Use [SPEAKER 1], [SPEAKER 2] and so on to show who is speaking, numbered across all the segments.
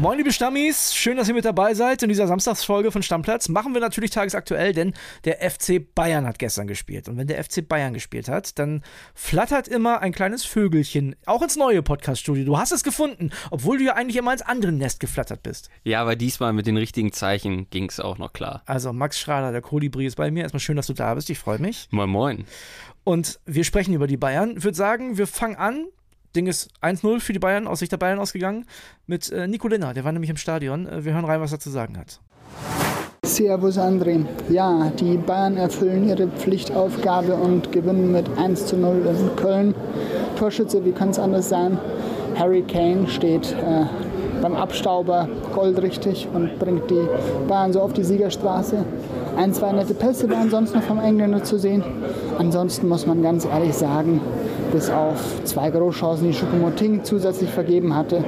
[SPEAKER 1] Moin liebe Stammis, schön, dass ihr mit dabei seid. In dieser Samstagsfolge von Stammplatz machen wir natürlich tagesaktuell, denn der FC Bayern hat gestern gespielt. Und wenn der FC Bayern gespielt hat, dann flattert immer ein kleines Vögelchen, auch ins neue Podcaststudio. Du hast es gefunden, obwohl du ja eigentlich immer ins andere Nest geflattert bist.
[SPEAKER 2] Ja, aber diesmal mit den richtigen Zeichen ging es auch noch klar.
[SPEAKER 1] Also Max Schrader, der Kolibri ist bei mir. Erstmal schön, dass du da bist, ich freue mich.
[SPEAKER 2] Moin, moin.
[SPEAKER 1] Und wir sprechen über die Bayern. Ich würde sagen, wir fangen an Ding ist 1-0 für die Bayern, aus Sicht der Bayern ausgegangen, mit äh, Nico Linner, der war nämlich im Stadion. Äh, wir hören rein, was er zu sagen hat.
[SPEAKER 3] Servus André. Ja, die Bayern erfüllen ihre Pflichtaufgabe und gewinnen mit 1 zu 0 in Köln. Torschütze, wie kann es anders sein? Harry Kane steht äh, beim Abstauber goldrichtig und bringt die Bayern so auf die Siegerstraße. Ein, zwei nette Pässe waren sonst noch vom Engländer zu sehen. Ansonsten muss man ganz ehrlich sagen, bis auf zwei Großchancen, die Schukomoting zusätzlich vergeben hatte,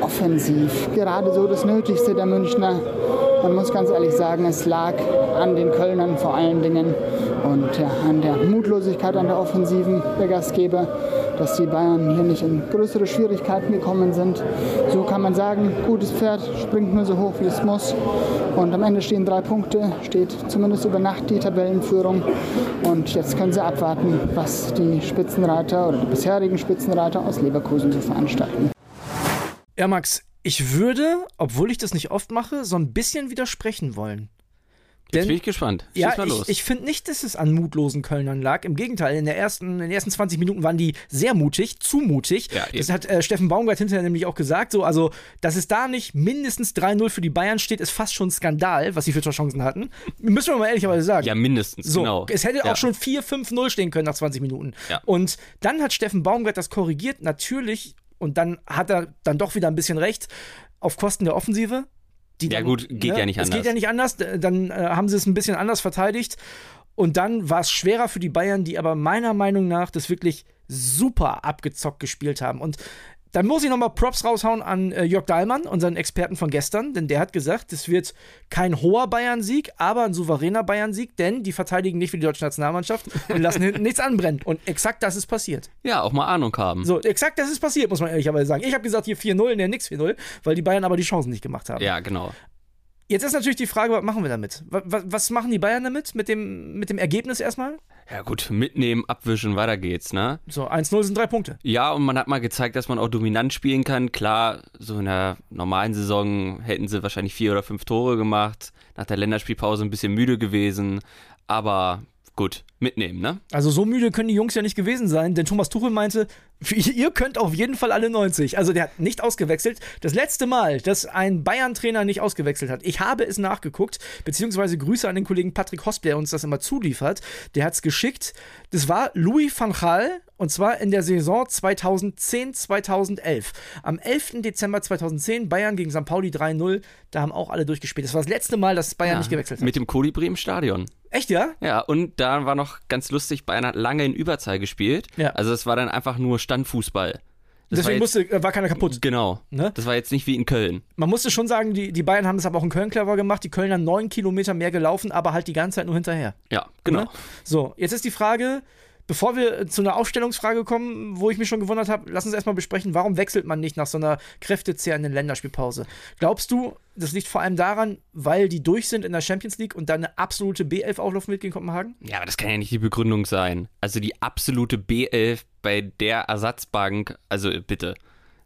[SPEAKER 3] offensiv gerade so das Nötigste der Münchner. Man muss ganz ehrlich sagen, es lag an den Kölnern vor allen Dingen und ja, an der Mutlosigkeit an der Offensiven der Gastgeber, dass die Bayern hier nicht in größere Schwierigkeiten gekommen sind. So kann man sagen, gutes Pferd springt nur so hoch, wie es muss. Und am Ende stehen drei Punkte, steht zumindest über Nacht die Tabellenführung. Und jetzt können sie abwarten, was die Spitzenreiter oder die bisherigen Spitzenreiter aus Leverkusen so veranstalten.
[SPEAKER 1] Ja, Max, ich würde, obwohl ich das nicht oft mache, so ein bisschen widersprechen wollen.
[SPEAKER 2] Jetzt bin ich gespannt. Schieß
[SPEAKER 1] Ja,
[SPEAKER 2] mal los.
[SPEAKER 1] ich, ich finde nicht, dass es an mutlosen Kölnern lag. Im Gegenteil, in, der ersten, in den ersten 20 Minuten waren die sehr mutig, zu mutig.
[SPEAKER 2] Ja,
[SPEAKER 1] das
[SPEAKER 2] eben.
[SPEAKER 1] hat äh, Steffen Baumgart hinterher nämlich auch gesagt. So, also, dass es da nicht mindestens 3-0 für die Bayern steht, ist fast schon ein Skandal, was sie für Chancen hatten. Müssen wir mal ehrlicherweise sagen.
[SPEAKER 2] ja, mindestens.
[SPEAKER 1] So,
[SPEAKER 2] genau.
[SPEAKER 1] es hätte
[SPEAKER 2] ja.
[SPEAKER 1] auch schon 4-5-0 stehen können nach 20 Minuten.
[SPEAKER 2] Ja.
[SPEAKER 1] Und dann hat Steffen Baumgart das korrigiert, natürlich, und dann hat er dann doch wieder ein bisschen recht, auf Kosten der Offensive. Die
[SPEAKER 2] Ja,
[SPEAKER 1] dann, ne,
[SPEAKER 2] gut, geht ja nicht
[SPEAKER 1] Es geht
[SPEAKER 2] anders.
[SPEAKER 1] ja nicht anders, d- dann äh, haben sie es ein bisschen anders verteidigt. Und dann war es schwerer für die Bayern, die aber meiner Meinung nach das wirklich super abgezockt gespielt haben. Und dann muss ich nochmal Props raushauen an äh, Jörg Dahlmann, unseren Experten von gestern, denn der hat gesagt, es wird kein hoher Bayern-Sieg, aber ein souveräner Bayern-Sieg, denn die verteidigen nicht wie die deutsche Nationalmannschaft und lassen hinten nichts anbrennen. Und exakt das ist passiert.
[SPEAKER 2] ja, auch mal Ahnung haben.
[SPEAKER 1] So, exakt das ist passiert, muss man ehrlicherweise sagen. Ich habe gesagt, hier 4-0, ne, nix 4-0, weil die Bayern aber die Chancen nicht gemacht haben.
[SPEAKER 2] Ja, genau.
[SPEAKER 1] Jetzt ist natürlich die Frage, was machen wir damit? Was, was machen die Bayern damit? Mit dem, mit dem Ergebnis erstmal?
[SPEAKER 2] Ja, gut, mitnehmen, abwischen, weiter geht's, ne?
[SPEAKER 1] So, 1-0 sind drei Punkte.
[SPEAKER 2] Ja, und man hat mal gezeigt, dass man auch dominant spielen kann. Klar, so in der normalen Saison hätten sie wahrscheinlich vier oder fünf Tore gemacht. Nach der Länderspielpause ein bisschen müde gewesen. Aber gut, mitnehmen, ne?
[SPEAKER 1] Also so müde können die Jungs ja nicht gewesen sein, denn Thomas Tuchel meinte, ihr könnt auf jeden Fall alle 90. Also der hat nicht ausgewechselt. Das letzte Mal, dass ein Bayern-Trainer nicht ausgewechselt hat. Ich habe es nachgeguckt, beziehungsweise Grüße an den Kollegen Patrick Hosp, der uns das immer zuliefert. Der hat es geschickt. Das war Louis van Gaal und zwar in der Saison 2010, 2011. Am 11. Dezember 2010, Bayern gegen St. Pauli 3-0. Da haben auch alle durchgespielt. Das war das letzte Mal, dass Bayern nicht gewechselt hat.
[SPEAKER 2] Mit dem Kolibri im Stadion.
[SPEAKER 1] Echt, ja?
[SPEAKER 2] Ja, und da war noch ganz lustig, Bayern hat lange in Überzahl gespielt.
[SPEAKER 1] Ja.
[SPEAKER 2] Also es war dann einfach nur Standfußball. Das war
[SPEAKER 1] Deswegen
[SPEAKER 2] jetzt-
[SPEAKER 1] musste, äh, war keiner kaputt.
[SPEAKER 2] Genau.
[SPEAKER 1] Ne?
[SPEAKER 2] Das war jetzt nicht wie in Köln.
[SPEAKER 1] Man musste schon sagen, die, die Bayern haben es aber auch in Köln clever gemacht. Die Kölner neun Kilometer mehr gelaufen, aber halt die ganze Zeit nur hinterher.
[SPEAKER 2] Ja, genau.
[SPEAKER 1] Ne? So, jetzt ist die Frage, bevor wir zu einer Aufstellungsfrage kommen, wo ich mich schon gewundert habe, lass uns erstmal besprechen, warum wechselt man nicht nach so einer kräftezehrenden Länderspielpause? Glaubst du, das liegt vor allem daran, weil die durch sind in der Champions League und dann eine absolute B11 auflaufen wird gegen Kopenhagen?
[SPEAKER 2] Ja, aber das kann ja nicht die Begründung sein. Also die absolute B11 bei der Ersatzbank, also äh, bitte.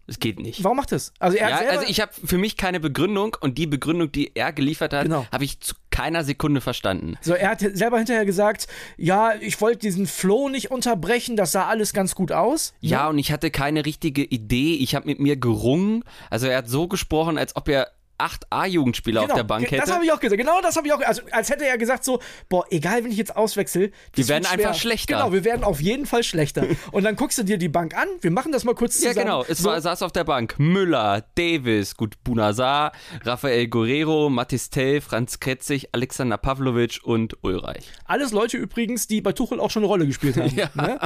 [SPEAKER 2] Es geht nicht.
[SPEAKER 1] Warum macht das? Also, er
[SPEAKER 2] Ja,
[SPEAKER 1] hat selber,
[SPEAKER 2] also ich habe für mich keine Begründung und die Begründung, die er geliefert hat,
[SPEAKER 1] Genau.
[SPEAKER 2] habe ich zu keiner Sekunde verstanden.
[SPEAKER 1] So, er hat selber hinterher gesagt, ja, ich wollte diesen Flow nicht unterbrechen, das sah alles ganz gut aus.
[SPEAKER 2] Ja, und ich hatte keine richtige Idee. Ich habe mit mir gerungen. Also er hat so gesprochen, als ob er acht A-Jugendspieler auf der Bank
[SPEAKER 1] Genau, ge-
[SPEAKER 2] hätte.
[SPEAKER 1] Das habe ich auch gesagt. Genau das habe ich auch Also, als hätte er gesagt so, boah, egal, wenn ich jetzt auswechsel. das
[SPEAKER 2] Wir werden
[SPEAKER 1] wird
[SPEAKER 2] einfach
[SPEAKER 1] schwer.
[SPEAKER 2] schlechter.
[SPEAKER 1] Genau, wir werden auf jeden Fall schlechter. Und dann guckst du dir die Bank an. Wir machen das mal kurz
[SPEAKER 2] Ja,
[SPEAKER 1] zusammen.
[SPEAKER 2] genau. Es
[SPEAKER 1] so,
[SPEAKER 2] war, saß auf der Bank Müller, Davis, gut, Bunazar, Rafael Guerrero, Matistel, Franz Kretzig, Alexander Pavlovic und Ulreich.
[SPEAKER 1] alles Leute übrigens, die bei Tuchel auch schon eine Rolle gespielt haben. ne?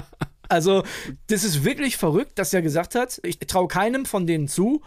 [SPEAKER 1] Also, das ist wirklich verrückt, dass er gesagt hat, ich traue keinem von denen zu,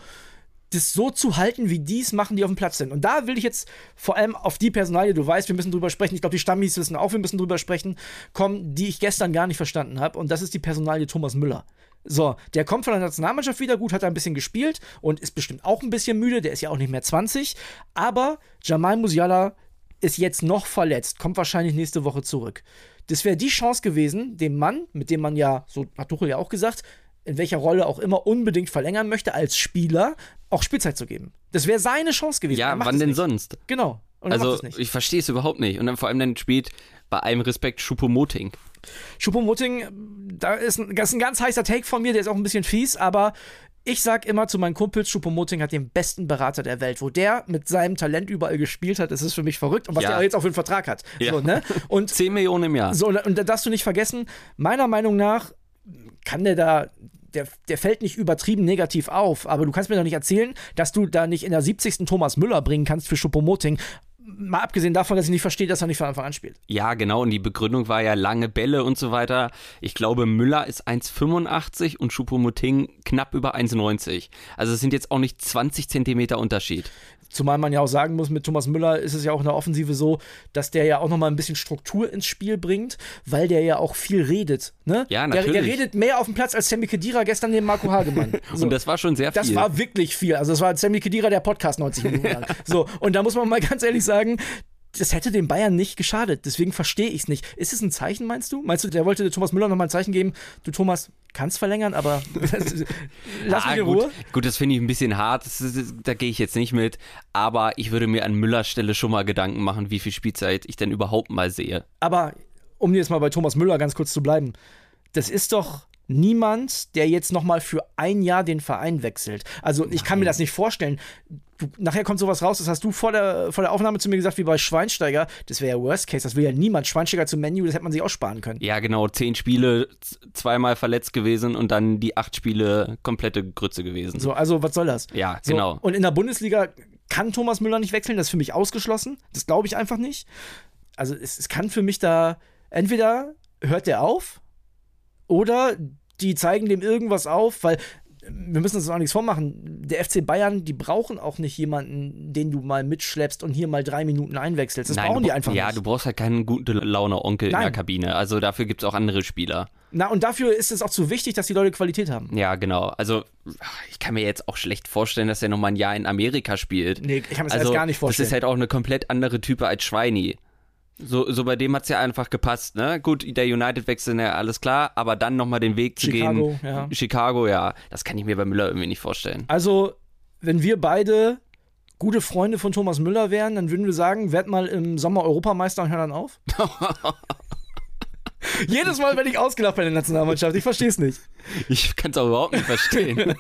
[SPEAKER 1] das so zu halten, wie die es machen, die auf dem Platz sind. Und da will ich jetzt vor allem auf die Personalie, du weißt, wir müssen drüber sprechen, ich glaube, die Stammis wissen auch, wir müssen drüber sprechen, kommen, die ich gestern gar nicht verstanden habe. Und das ist die Personalie Thomas Müller. So, der kommt von der Nationalmannschaft wieder gut, hat ein bisschen gespielt und ist bestimmt auch ein bisschen müde, der ist ja auch nicht mehr 20. Aber Jamal Musiala ist jetzt noch verletzt, kommt wahrscheinlich nächste Woche zurück. Das wäre die Chance gewesen, dem Mann, mit dem man ja, so hat Tuchel ja auch gesagt, in welcher Rolle auch immer unbedingt verlängern möchte, als Spieler auch Spielzeit zu geben. Das wäre seine Chance gewesen.
[SPEAKER 2] Ja,
[SPEAKER 1] Er macht
[SPEAKER 2] wann
[SPEAKER 1] es
[SPEAKER 2] denn
[SPEAKER 1] nicht.
[SPEAKER 2] sonst?
[SPEAKER 1] Genau. Und er macht
[SPEAKER 2] Also,
[SPEAKER 1] es nicht.
[SPEAKER 2] ich verstehe es überhaupt nicht. Und dann vor allem dann spielt bei allem Respekt Schupomoting.
[SPEAKER 1] Schuppomoting, da ist ein, das ist ein ganz heißer Take von mir, der ist auch ein bisschen fies, aber ich sag immer zu meinen Kumpels, Schuppomoting hat den besten Berater der Welt. Wo der mit seinem Talent überall gespielt hat, das ist für mich verrückt. Und was
[SPEAKER 2] Ja.
[SPEAKER 1] der jetzt auch für einen Vertrag hat.
[SPEAKER 2] Ja.
[SPEAKER 1] So, ne? Und
[SPEAKER 2] 10 Millionen im Jahr.
[SPEAKER 1] So, und da- und da darfst du nicht vergessen, meiner Meinung nach kann der da, der, der fällt nicht übertrieben negativ auf, aber du kannst mir doch nicht erzählen, dass du da nicht in der 70. Thomas Müller bringen kannst für Schuppomoting. Mal abgesehen davon, dass ich nicht verstehe, dass er nicht von Anfang an spielt.
[SPEAKER 2] Ja, genau. Und die Begründung war ja lange Bälle und so weiter. Ich glaube, Müller ist 1,85 und Schupomoting knapp über 1,90. Also es sind jetzt auch nicht 20 Zentimeter Unterschied.
[SPEAKER 1] Zumal man ja auch sagen muss, mit Thomas Müller ist es ja auch in der Offensive so, dass der ja auch nochmal ein bisschen Struktur ins Spiel bringt, weil der ja auch viel redet. Ne?
[SPEAKER 2] Ja,
[SPEAKER 1] Der,
[SPEAKER 2] natürlich.
[SPEAKER 1] der redet mehr auf dem Platz als Sammy Kedira gestern neben Marco Hagemann. So.
[SPEAKER 2] Und das war schon sehr viel.
[SPEAKER 1] Das war wirklich viel. Also, das war Sammy Kedira, der Podcast 90 Minuten lang. So, und da muss man mal ganz ehrlich sagen, das hätte den Bayern nicht geschadet. Deswegen verstehe ich es nicht. Ist es ein Zeichen, meinst du? Meinst du, der wollte Thomas Müller nochmal ein Zeichen geben? Du, Thomas, kannst verlängern, aber lass mich in
[SPEAKER 2] Ah, gut,
[SPEAKER 1] Ruhe.
[SPEAKER 2] gut, das finde ich ein bisschen hart. Das ist, da gehe ich jetzt nicht mit. Aber ich würde mir an Müllers Stelle schon mal Gedanken machen, wie viel Spielzeit ich denn überhaupt mal sehe.
[SPEAKER 1] Aber um jetzt mal bei Thomas Müller ganz kurz zu bleiben, das ist doch niemand, der jetzt nochmal für ein Jahr den Verein wechselt. Also ich kann mir das nicht vorstellen. Du, nachher kommt sowas raus, das hast du vor der, vor der Aufnahme zu mir gesagt, wie bei Schweinsteiger. Das wäre ja Worst Case, das will ja niemand. Schweinsteiger zum Menu, das hätte man sich auch sparen können.
[SPEAKER 2] Ja, genau. Zehn Spiele, z- zweimal verletzt gewesen und dann die acht Spiele komplette Grütze gewesen.
[SPEAKER 1] So, also was soll das?
[SPEAKER 2] Ja,
[SPEAKER 1] so,
[SPEAKER 2] genau.
[SPEAKER 1] Und in der Bundesliga kann Thomas Müller nicht wechseln, das ist für mich ausgeschlossen. Das glaube ich einfach nicht. Also es, es kann für mich da, entweder hört der auf oder die zeigen dem irgendwas auf, weil wir müssen uns auch nichts vormachen. Der FC Bayern, die brauchen auch nicht jemanden, den du mal mitschleppst und hier mal drei Minuten einwechselst. Das
[SPEAKER 2] Nein,
[SPEAKER 1] brauchen
[SPEAKER 2] du,
[SPEAKER 1] die
[SPEAKER 2] bra-
[SPEAKER 1] einfach
[SPEAKER 2] Ja,
[SPEAKER 1] nicht.
[SPEAKER 2] du brauchst halt keinen guten Laune-Onkel in
[SPEAKER 1] Nein.
[SPEAKER 2] der Kabine. Also dafür gibt es auch andere Spieler.
[SPEAKER 1] Na, und dafür ist es auch zu wichtig, dass die Leute Qualität haben.
[SPEAKER 2] Ja, genau. Also ach, ich kann mir jetzt auch schlecht vorstellen, dass er nochmal ein Jahr in Amerika spielt.
[SPEAKER 1] Nee, ich kann mir das
[SPEAKER 2] also,
[SPEAKER 1] alles gar nicht vorstellen.
[SPEAKER 2] Das ist halt auch eine komplett andere Type als Schweini. So, so bei dem hat es ja einfach gepasst, ne? Gut, der United-Wechsel, ja, alles klar, aber dann nochmal den Weg zu
[SPEAKER 1] Chicago,
[SPEAKER 2] gehen.
[SPEAKER 1] ja.
[SPEAKER 2] Chicago, ja. Das kann ich mir bei Müller irgendwie nicht vorstellen.
[SPEAKER 1] Also, wenn wir beide gute Freunde von Thomas Müller wären, dann würden wir sagen, werd mal im Sommer Europameister und hör dann auf. Jedes Mal werde ich ausgelacht bei der Nationalmannschaft. Ich verstehe es nicht.
[SPEAKER 2] Ich kann es auch überhaupt nicht verstehen.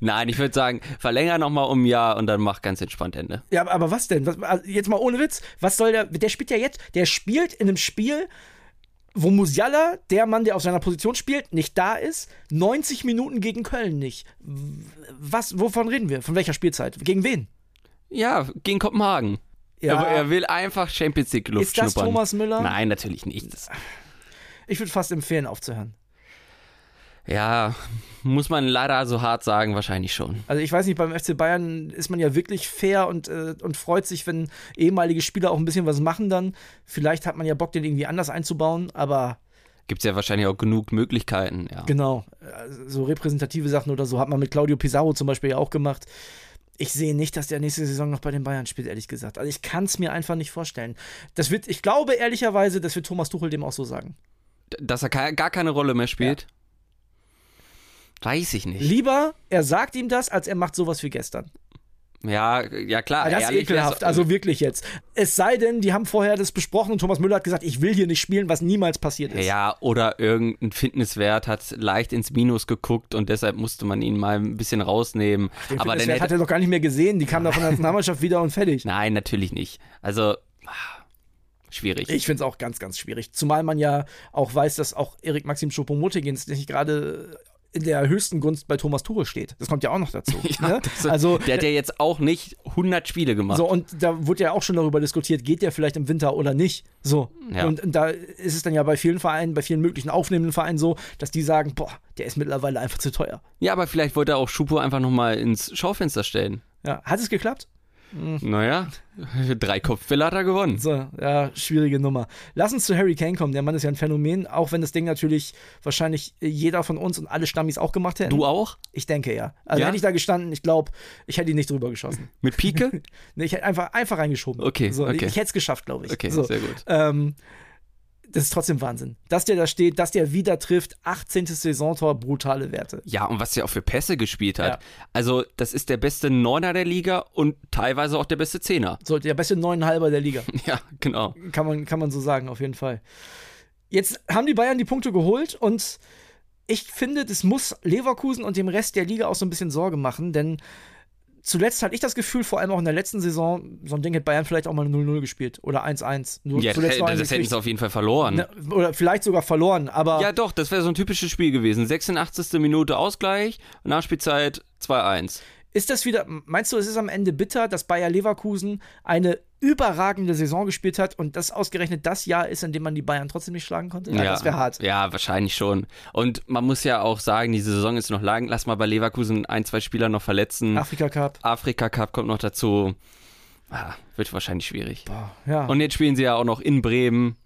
[SPEAKER 2] Nein, ich würde sagen, verlänger nochmal um ein Jahr und dann mach ganz entspannt Ende.
[SPEAKER 1] Ja, aber- aber was denn? Was, also jetzt mal ohne Witz. Was soll der? Der spielt ja jetzt. Der spielt in einem Spiel, wo Musiala, der Mann, der auf seiner Position spielt, nicht da ist. 90 Minuten gegen Köln nicht. W- Was? Wovon reden wir? Von welcher Spielzeit? Gegen wen?
[SPEAKER 2] Ja, gegen Kopenhagen.
[SPEAKER 1] Ja.
[SPEAKER 2] Aber er will einfach Champions League Luft
[SPEAKER 1] Ist das
[SPEAKER 2] schnuppern.
[SPEAKER 1] Thomas Müller?
[SPEAKER 2] Nein, natürlich nicht. Das,
[SPEAKER 1] Ich würde fast empfehlen, aufzuhören.
[SPEAKER 2] ja, muss man leider so hart sagen, wahrscheinlich schon.
[SPEAKER 1] Also ich weiß nicht, beim FC Bayern ist man ja wirklich fair und, äh, und freut sich, wenn ehemalige Spieler auch ein bisschen was machen dann. Vielleicht hat man ja Bock, den irgendwie anders einzubauen, aber
[SPEAKER 2] Gibt es ja wahrscheinlich auch genug Möglichkeiten. Ja.
[SPEAKER 1] genau, äh, so repräsentative Sachen oder so hat man mit Claudio Pizarro zum Beispiel ja auch gemacht. Ich sehe nicht, dass der nächste Saison noch bei den Bayern spielt, ehrlich gesagt. Also ich kann es mir einfach nicht vorstellen. Das wird, ich glaube ehrlicherweise, das wird Thomas Tuchel dem auch so sagen.
[SPEAKER 2] D- Dass er ke- gar keine Rolle mehr spielt? Weiß ich nicht.
[SPEAKER 1] Lieber, er sagt ihm das, als er macht sowas wie gestern.
[SPEAKER 2] Ja, ja klar.
[SPEAKER 1] Aber Ah, das ist
[SPEAKER 2] ehrlich wär's-
[SPEAKER 1] ekelhaft, also wirklich jetzt. Es sei denn, die haben vorher das besprochen und Thomas Müller hat gesagt, ich will hier nicht spielen, was niemals passiert ist.
[SPEAKER 2] Ja, oder irgendein Fitnesswert hat leicht ins Minus geguckt und deshalb musste man ihn mal ein bisschen rausnehmen.
[SPEAKER 1] Den
[SPEAKER 2] Aber dann
[SPEAKER 1] Fitnesswert hat
[SPEAKER 2] hätte,
[SPEAKER 1] er doch gar nicht mehr gesehen, die kam da von der Nationalmannschaft wieder und fertig.
[SPEAKER 2] Nein, natürlich nicht. Also, ah, schwierig.
[SPEAKER 1] Ich finde es auch ganz, ganz schwierig. Zumal man ja auch weiß, dass auch Erik Maxim Choupo-Moting jetzt nicht gerade in der höchsten Gunst bei Thomas Tuchel steht. Das kommt ja auch noch dazu. ne?
[SPEAKER 2] Das-
[SPEAKER 1] Also
[SPEAKER 2] der hat ja jetzt auch nicht 100 Spiele gemacht.
[SPEAKER 1] so, und da wurde ja auch schon darüber diskutiert, geht der vielleicht im Winter oder nicht. So.
[SPEAKER 2] Ja.
[SPEAKER 1] Und, und da ist es dann ja bei vielen Vereinen, bei vielen möglichen aufnehmenden Vereinen so, dass die sagen, boah, der ist mittlerweile einfach zu teuer.
[SPEAKER 2] Ja, aber vielleicht wollte er auch Schupo einfach nochmal ins Schaufenster stellen.
[SPEAKER 1] Ja. Hat es geklappt?
[SPEAKER 2] Naja, drei Kopfbälle hat er gewonnen.
[SPEAKER 1] Mhm. So, ja, schwierige Nummer. Lass uns zu Harry Kane kommen, der Mann ist ja ein Phänomen, auch wenn das Ding natürlich wahrscheinlich jeder von uns und alle Stammis auch gemacht hätten.
[SPEAKER 2] Du auch?
[SPEAKER 1] Ich denke ja. Also
[SPEAKER 2] Ja?
[SPEAKER 1] hätte ich da gestanden, ich glaube, ich hätte ihn nicht drüber geschossen.
[SPEAKER 2] Mit Pike?
[SPEAKER 1] Nee, ich hätte einfach, einfach reingeschoben.
[SPEAKER 2] Okay,
[SPEAKER 1] so,
[SPEAKER 2] okay.
[SPEAKER 1] Ich, ich hätte es geschafft, glaube ich.
[SPEAKER 2] Okay,
[SPEAKER 1] so.
[SPEAKER 2] sehr gut.
[SPEAKER 1] Ähm, das ist trotzdem Wahnsinn. Dass der da steht, dass der wieder trifft, 18. Saisontor, brutale Werte.
[SPEAKER 2] Ja, und was er auch für Pässe gespielt hat.
[SPEAKER 1] Ja.
[SPEAKER 2] Also, das ist der beste Neuner der Liga und teilweise auch der beste Zehner.
[SPEAKER 1] So, der beste Neunenhalber der Liga.
[SPEAKER 2] Ja, genau.
[SPEAKER 1] Kann man, kann man so sagen, auf jeden Fall. Jetzt haben die Bayern die Punkte geholt und ich finde, das muss Leverkusen und dem Rest der Liga auch so ein bisschen Sorge machen, denn zuletzt hatte ich das Gefühl, vor allem auch in der letzten Saison, so ein Ding hätte Bayern vielleicht auch mal 0-0 gespielt oder 1-1. Nur
[SPEAKER 2] Ja, das,
[SPEAKER 1] zuletzt noch einen
[SPEAKER 2] das hätten
[SPEAKER 1] gekriegt.
[SPEAKER 2] sie auf jeden Fall verloren.
[SPEAKER 1] Ne, Oder vielleicht sogar verloren, aber
[SPEAKER 2] Ja, doch, das wäre so ein typisches Spiel gewesen. 86. Minute Ausgleich, Nachspielzeit 2-1.
[SPEAKER 1] Ist das wieder, meinst du, es ist am Ende bitter, dass Bayer Leverkusen eine überragende Saison gespielt hat und das ausgerechnet das Jahr ist, in dem man die Bayern trotzdem nicht schlagen konnte? Ja, das wäre hart.
[SPEAKER 2] Ja, wahrscheinlich schon. Und man muss ja auch sagen, diese Saison ist noch lang. Lass mal bei Leverkusen ein, zwei Spieler noch verletzen.
[SPEAKER 1] Afrika Cup.
[SPEAKER 2] Afrika Cup kommt noch dazu. Ah, wird wahrscheinlich schwierig.
[SPEAKER 1] Ja.
[SPEAKER 2] Und jetzt spielen sie ja auch noch in Bremen.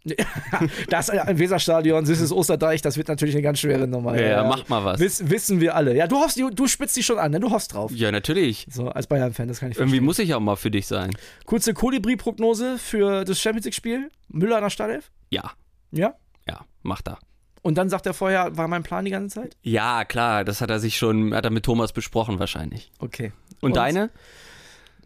[SPEAKER 1] das äh, im Weserstadion, das ist Osterdeich, das wird natürlich eine ganz schwere Nummer.
[SPEAKER 2] Ja, mach mal was.
[SPEAKER 1] Wiss, wissen wir alle. Ja, du hoffst, du, du spitzt die schon an, ne? du hoffst drauf.
[SPEAKER 2] Ja, natürlich.
[SPEAKER 1] So, als Bayern-Fan, das kann ich
[SPEAKER 2] Irgendwie
[SPEAKER 1] verstehen.
[SPEAKER 2] muss ich auch mal für dich sein.
[SPEAKER 1] Kurze Kolibri-Prognose für das Champions League-Spiel. Müller an der Startelf?
[SPEAKER 2] Ja,
[SPEAKER 1] Ja.
[SPEAKER 2] ja, macht er.
[SPEAKER 1] Und dann sagt er vorher, war mein Plan die ganze Zeit?
[SPEAKER 2] Ja, klar, das hat er sich schon, hat er mit Thomas besprochen wahrscheinlich.
[SPEAKER 1] Okay.
[SPEAKER 2] Und,
[SPEAKER 1] Und-
[SPEAKER 2] deine?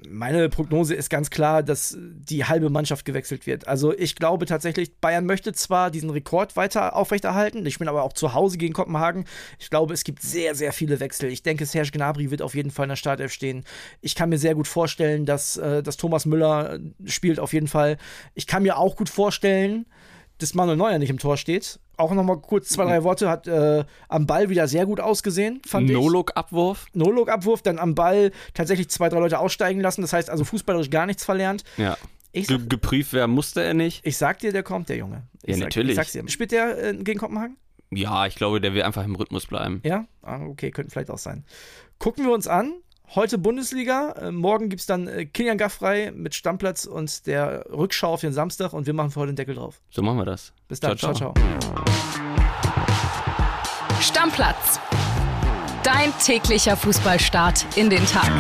[SPEAKER 1] Meine Prognose ist ganz klar, dass die halbe Mannschaft gewechselt wird. Also ich glaube tatsächlich, Bayern möchte zwar diesen Rekord weiter aufrechterhalten, ich bin aber auch zu Hause gegen Kopenhagen. Ich glaube, es gibt sehr, sehr viele Wechsel. Ich denke, Serge Gnabry wird auf jeden Fall in der Startelf stehen. Ich kann mir sehr gut vorstellen, dass, äh, dass Thomas Müller äh, spielt auf jeden Fall. Ich kann mir auch gut vorstellen, dass Manuel Neuer nicht im Tor steht. Auch nochmal kurz zwei, drei Worte, hat äh, am Ball wieder sehr gut ausgesehen, fand ich.
[SPEAKER 2] No-Look-Abwurf?
[SPEAKER 1] No-Look-Abwurf, dann am Ball tatsächlich zwei, drei Leute aussteigen lassen. Das heißt also fußballerisch gar nichts verlernt.
[SPEAKER 2] Ja.
[SPEAKER 1] Ich sag,
[SPEAKER 2] Ge geprieft werden musste er nicht?
[SPEAKER 1] ich sag dir, der kommt, der Junge. Ich
[SPEAKER 2] Ja,
[SPEAKER 1] sag,
[SPEAKER 2] natürlich.
[SPEAKER 1] Ich sag's dir. Spielt der äh, gegen Kopenhagen?
[SPEAKER 2] Ja, ich glaube, der will einfach im Rhythmus bleiben.
[SPEAKER 1] Ja? Ah, okay, könnte vielleicht auch sein. Gucken wir uns an. Heute Bundesliga, äh, morgen gibt's dann äh, Kilian Gaffrey mit Stammplatz und der Rückschau auf den Samstag und wir machen für heute den Deckel drauf.
[SPEAKER 2] So machen wir das.
[SPEAKER 1] Bis dann,
[SPEAKER 2] Ciao, ciao.
[SPEAKER 1] ciao. ciao.
[SPEAKER 4] Stammplatz. Dein täglicher Fußballstart in den Tag.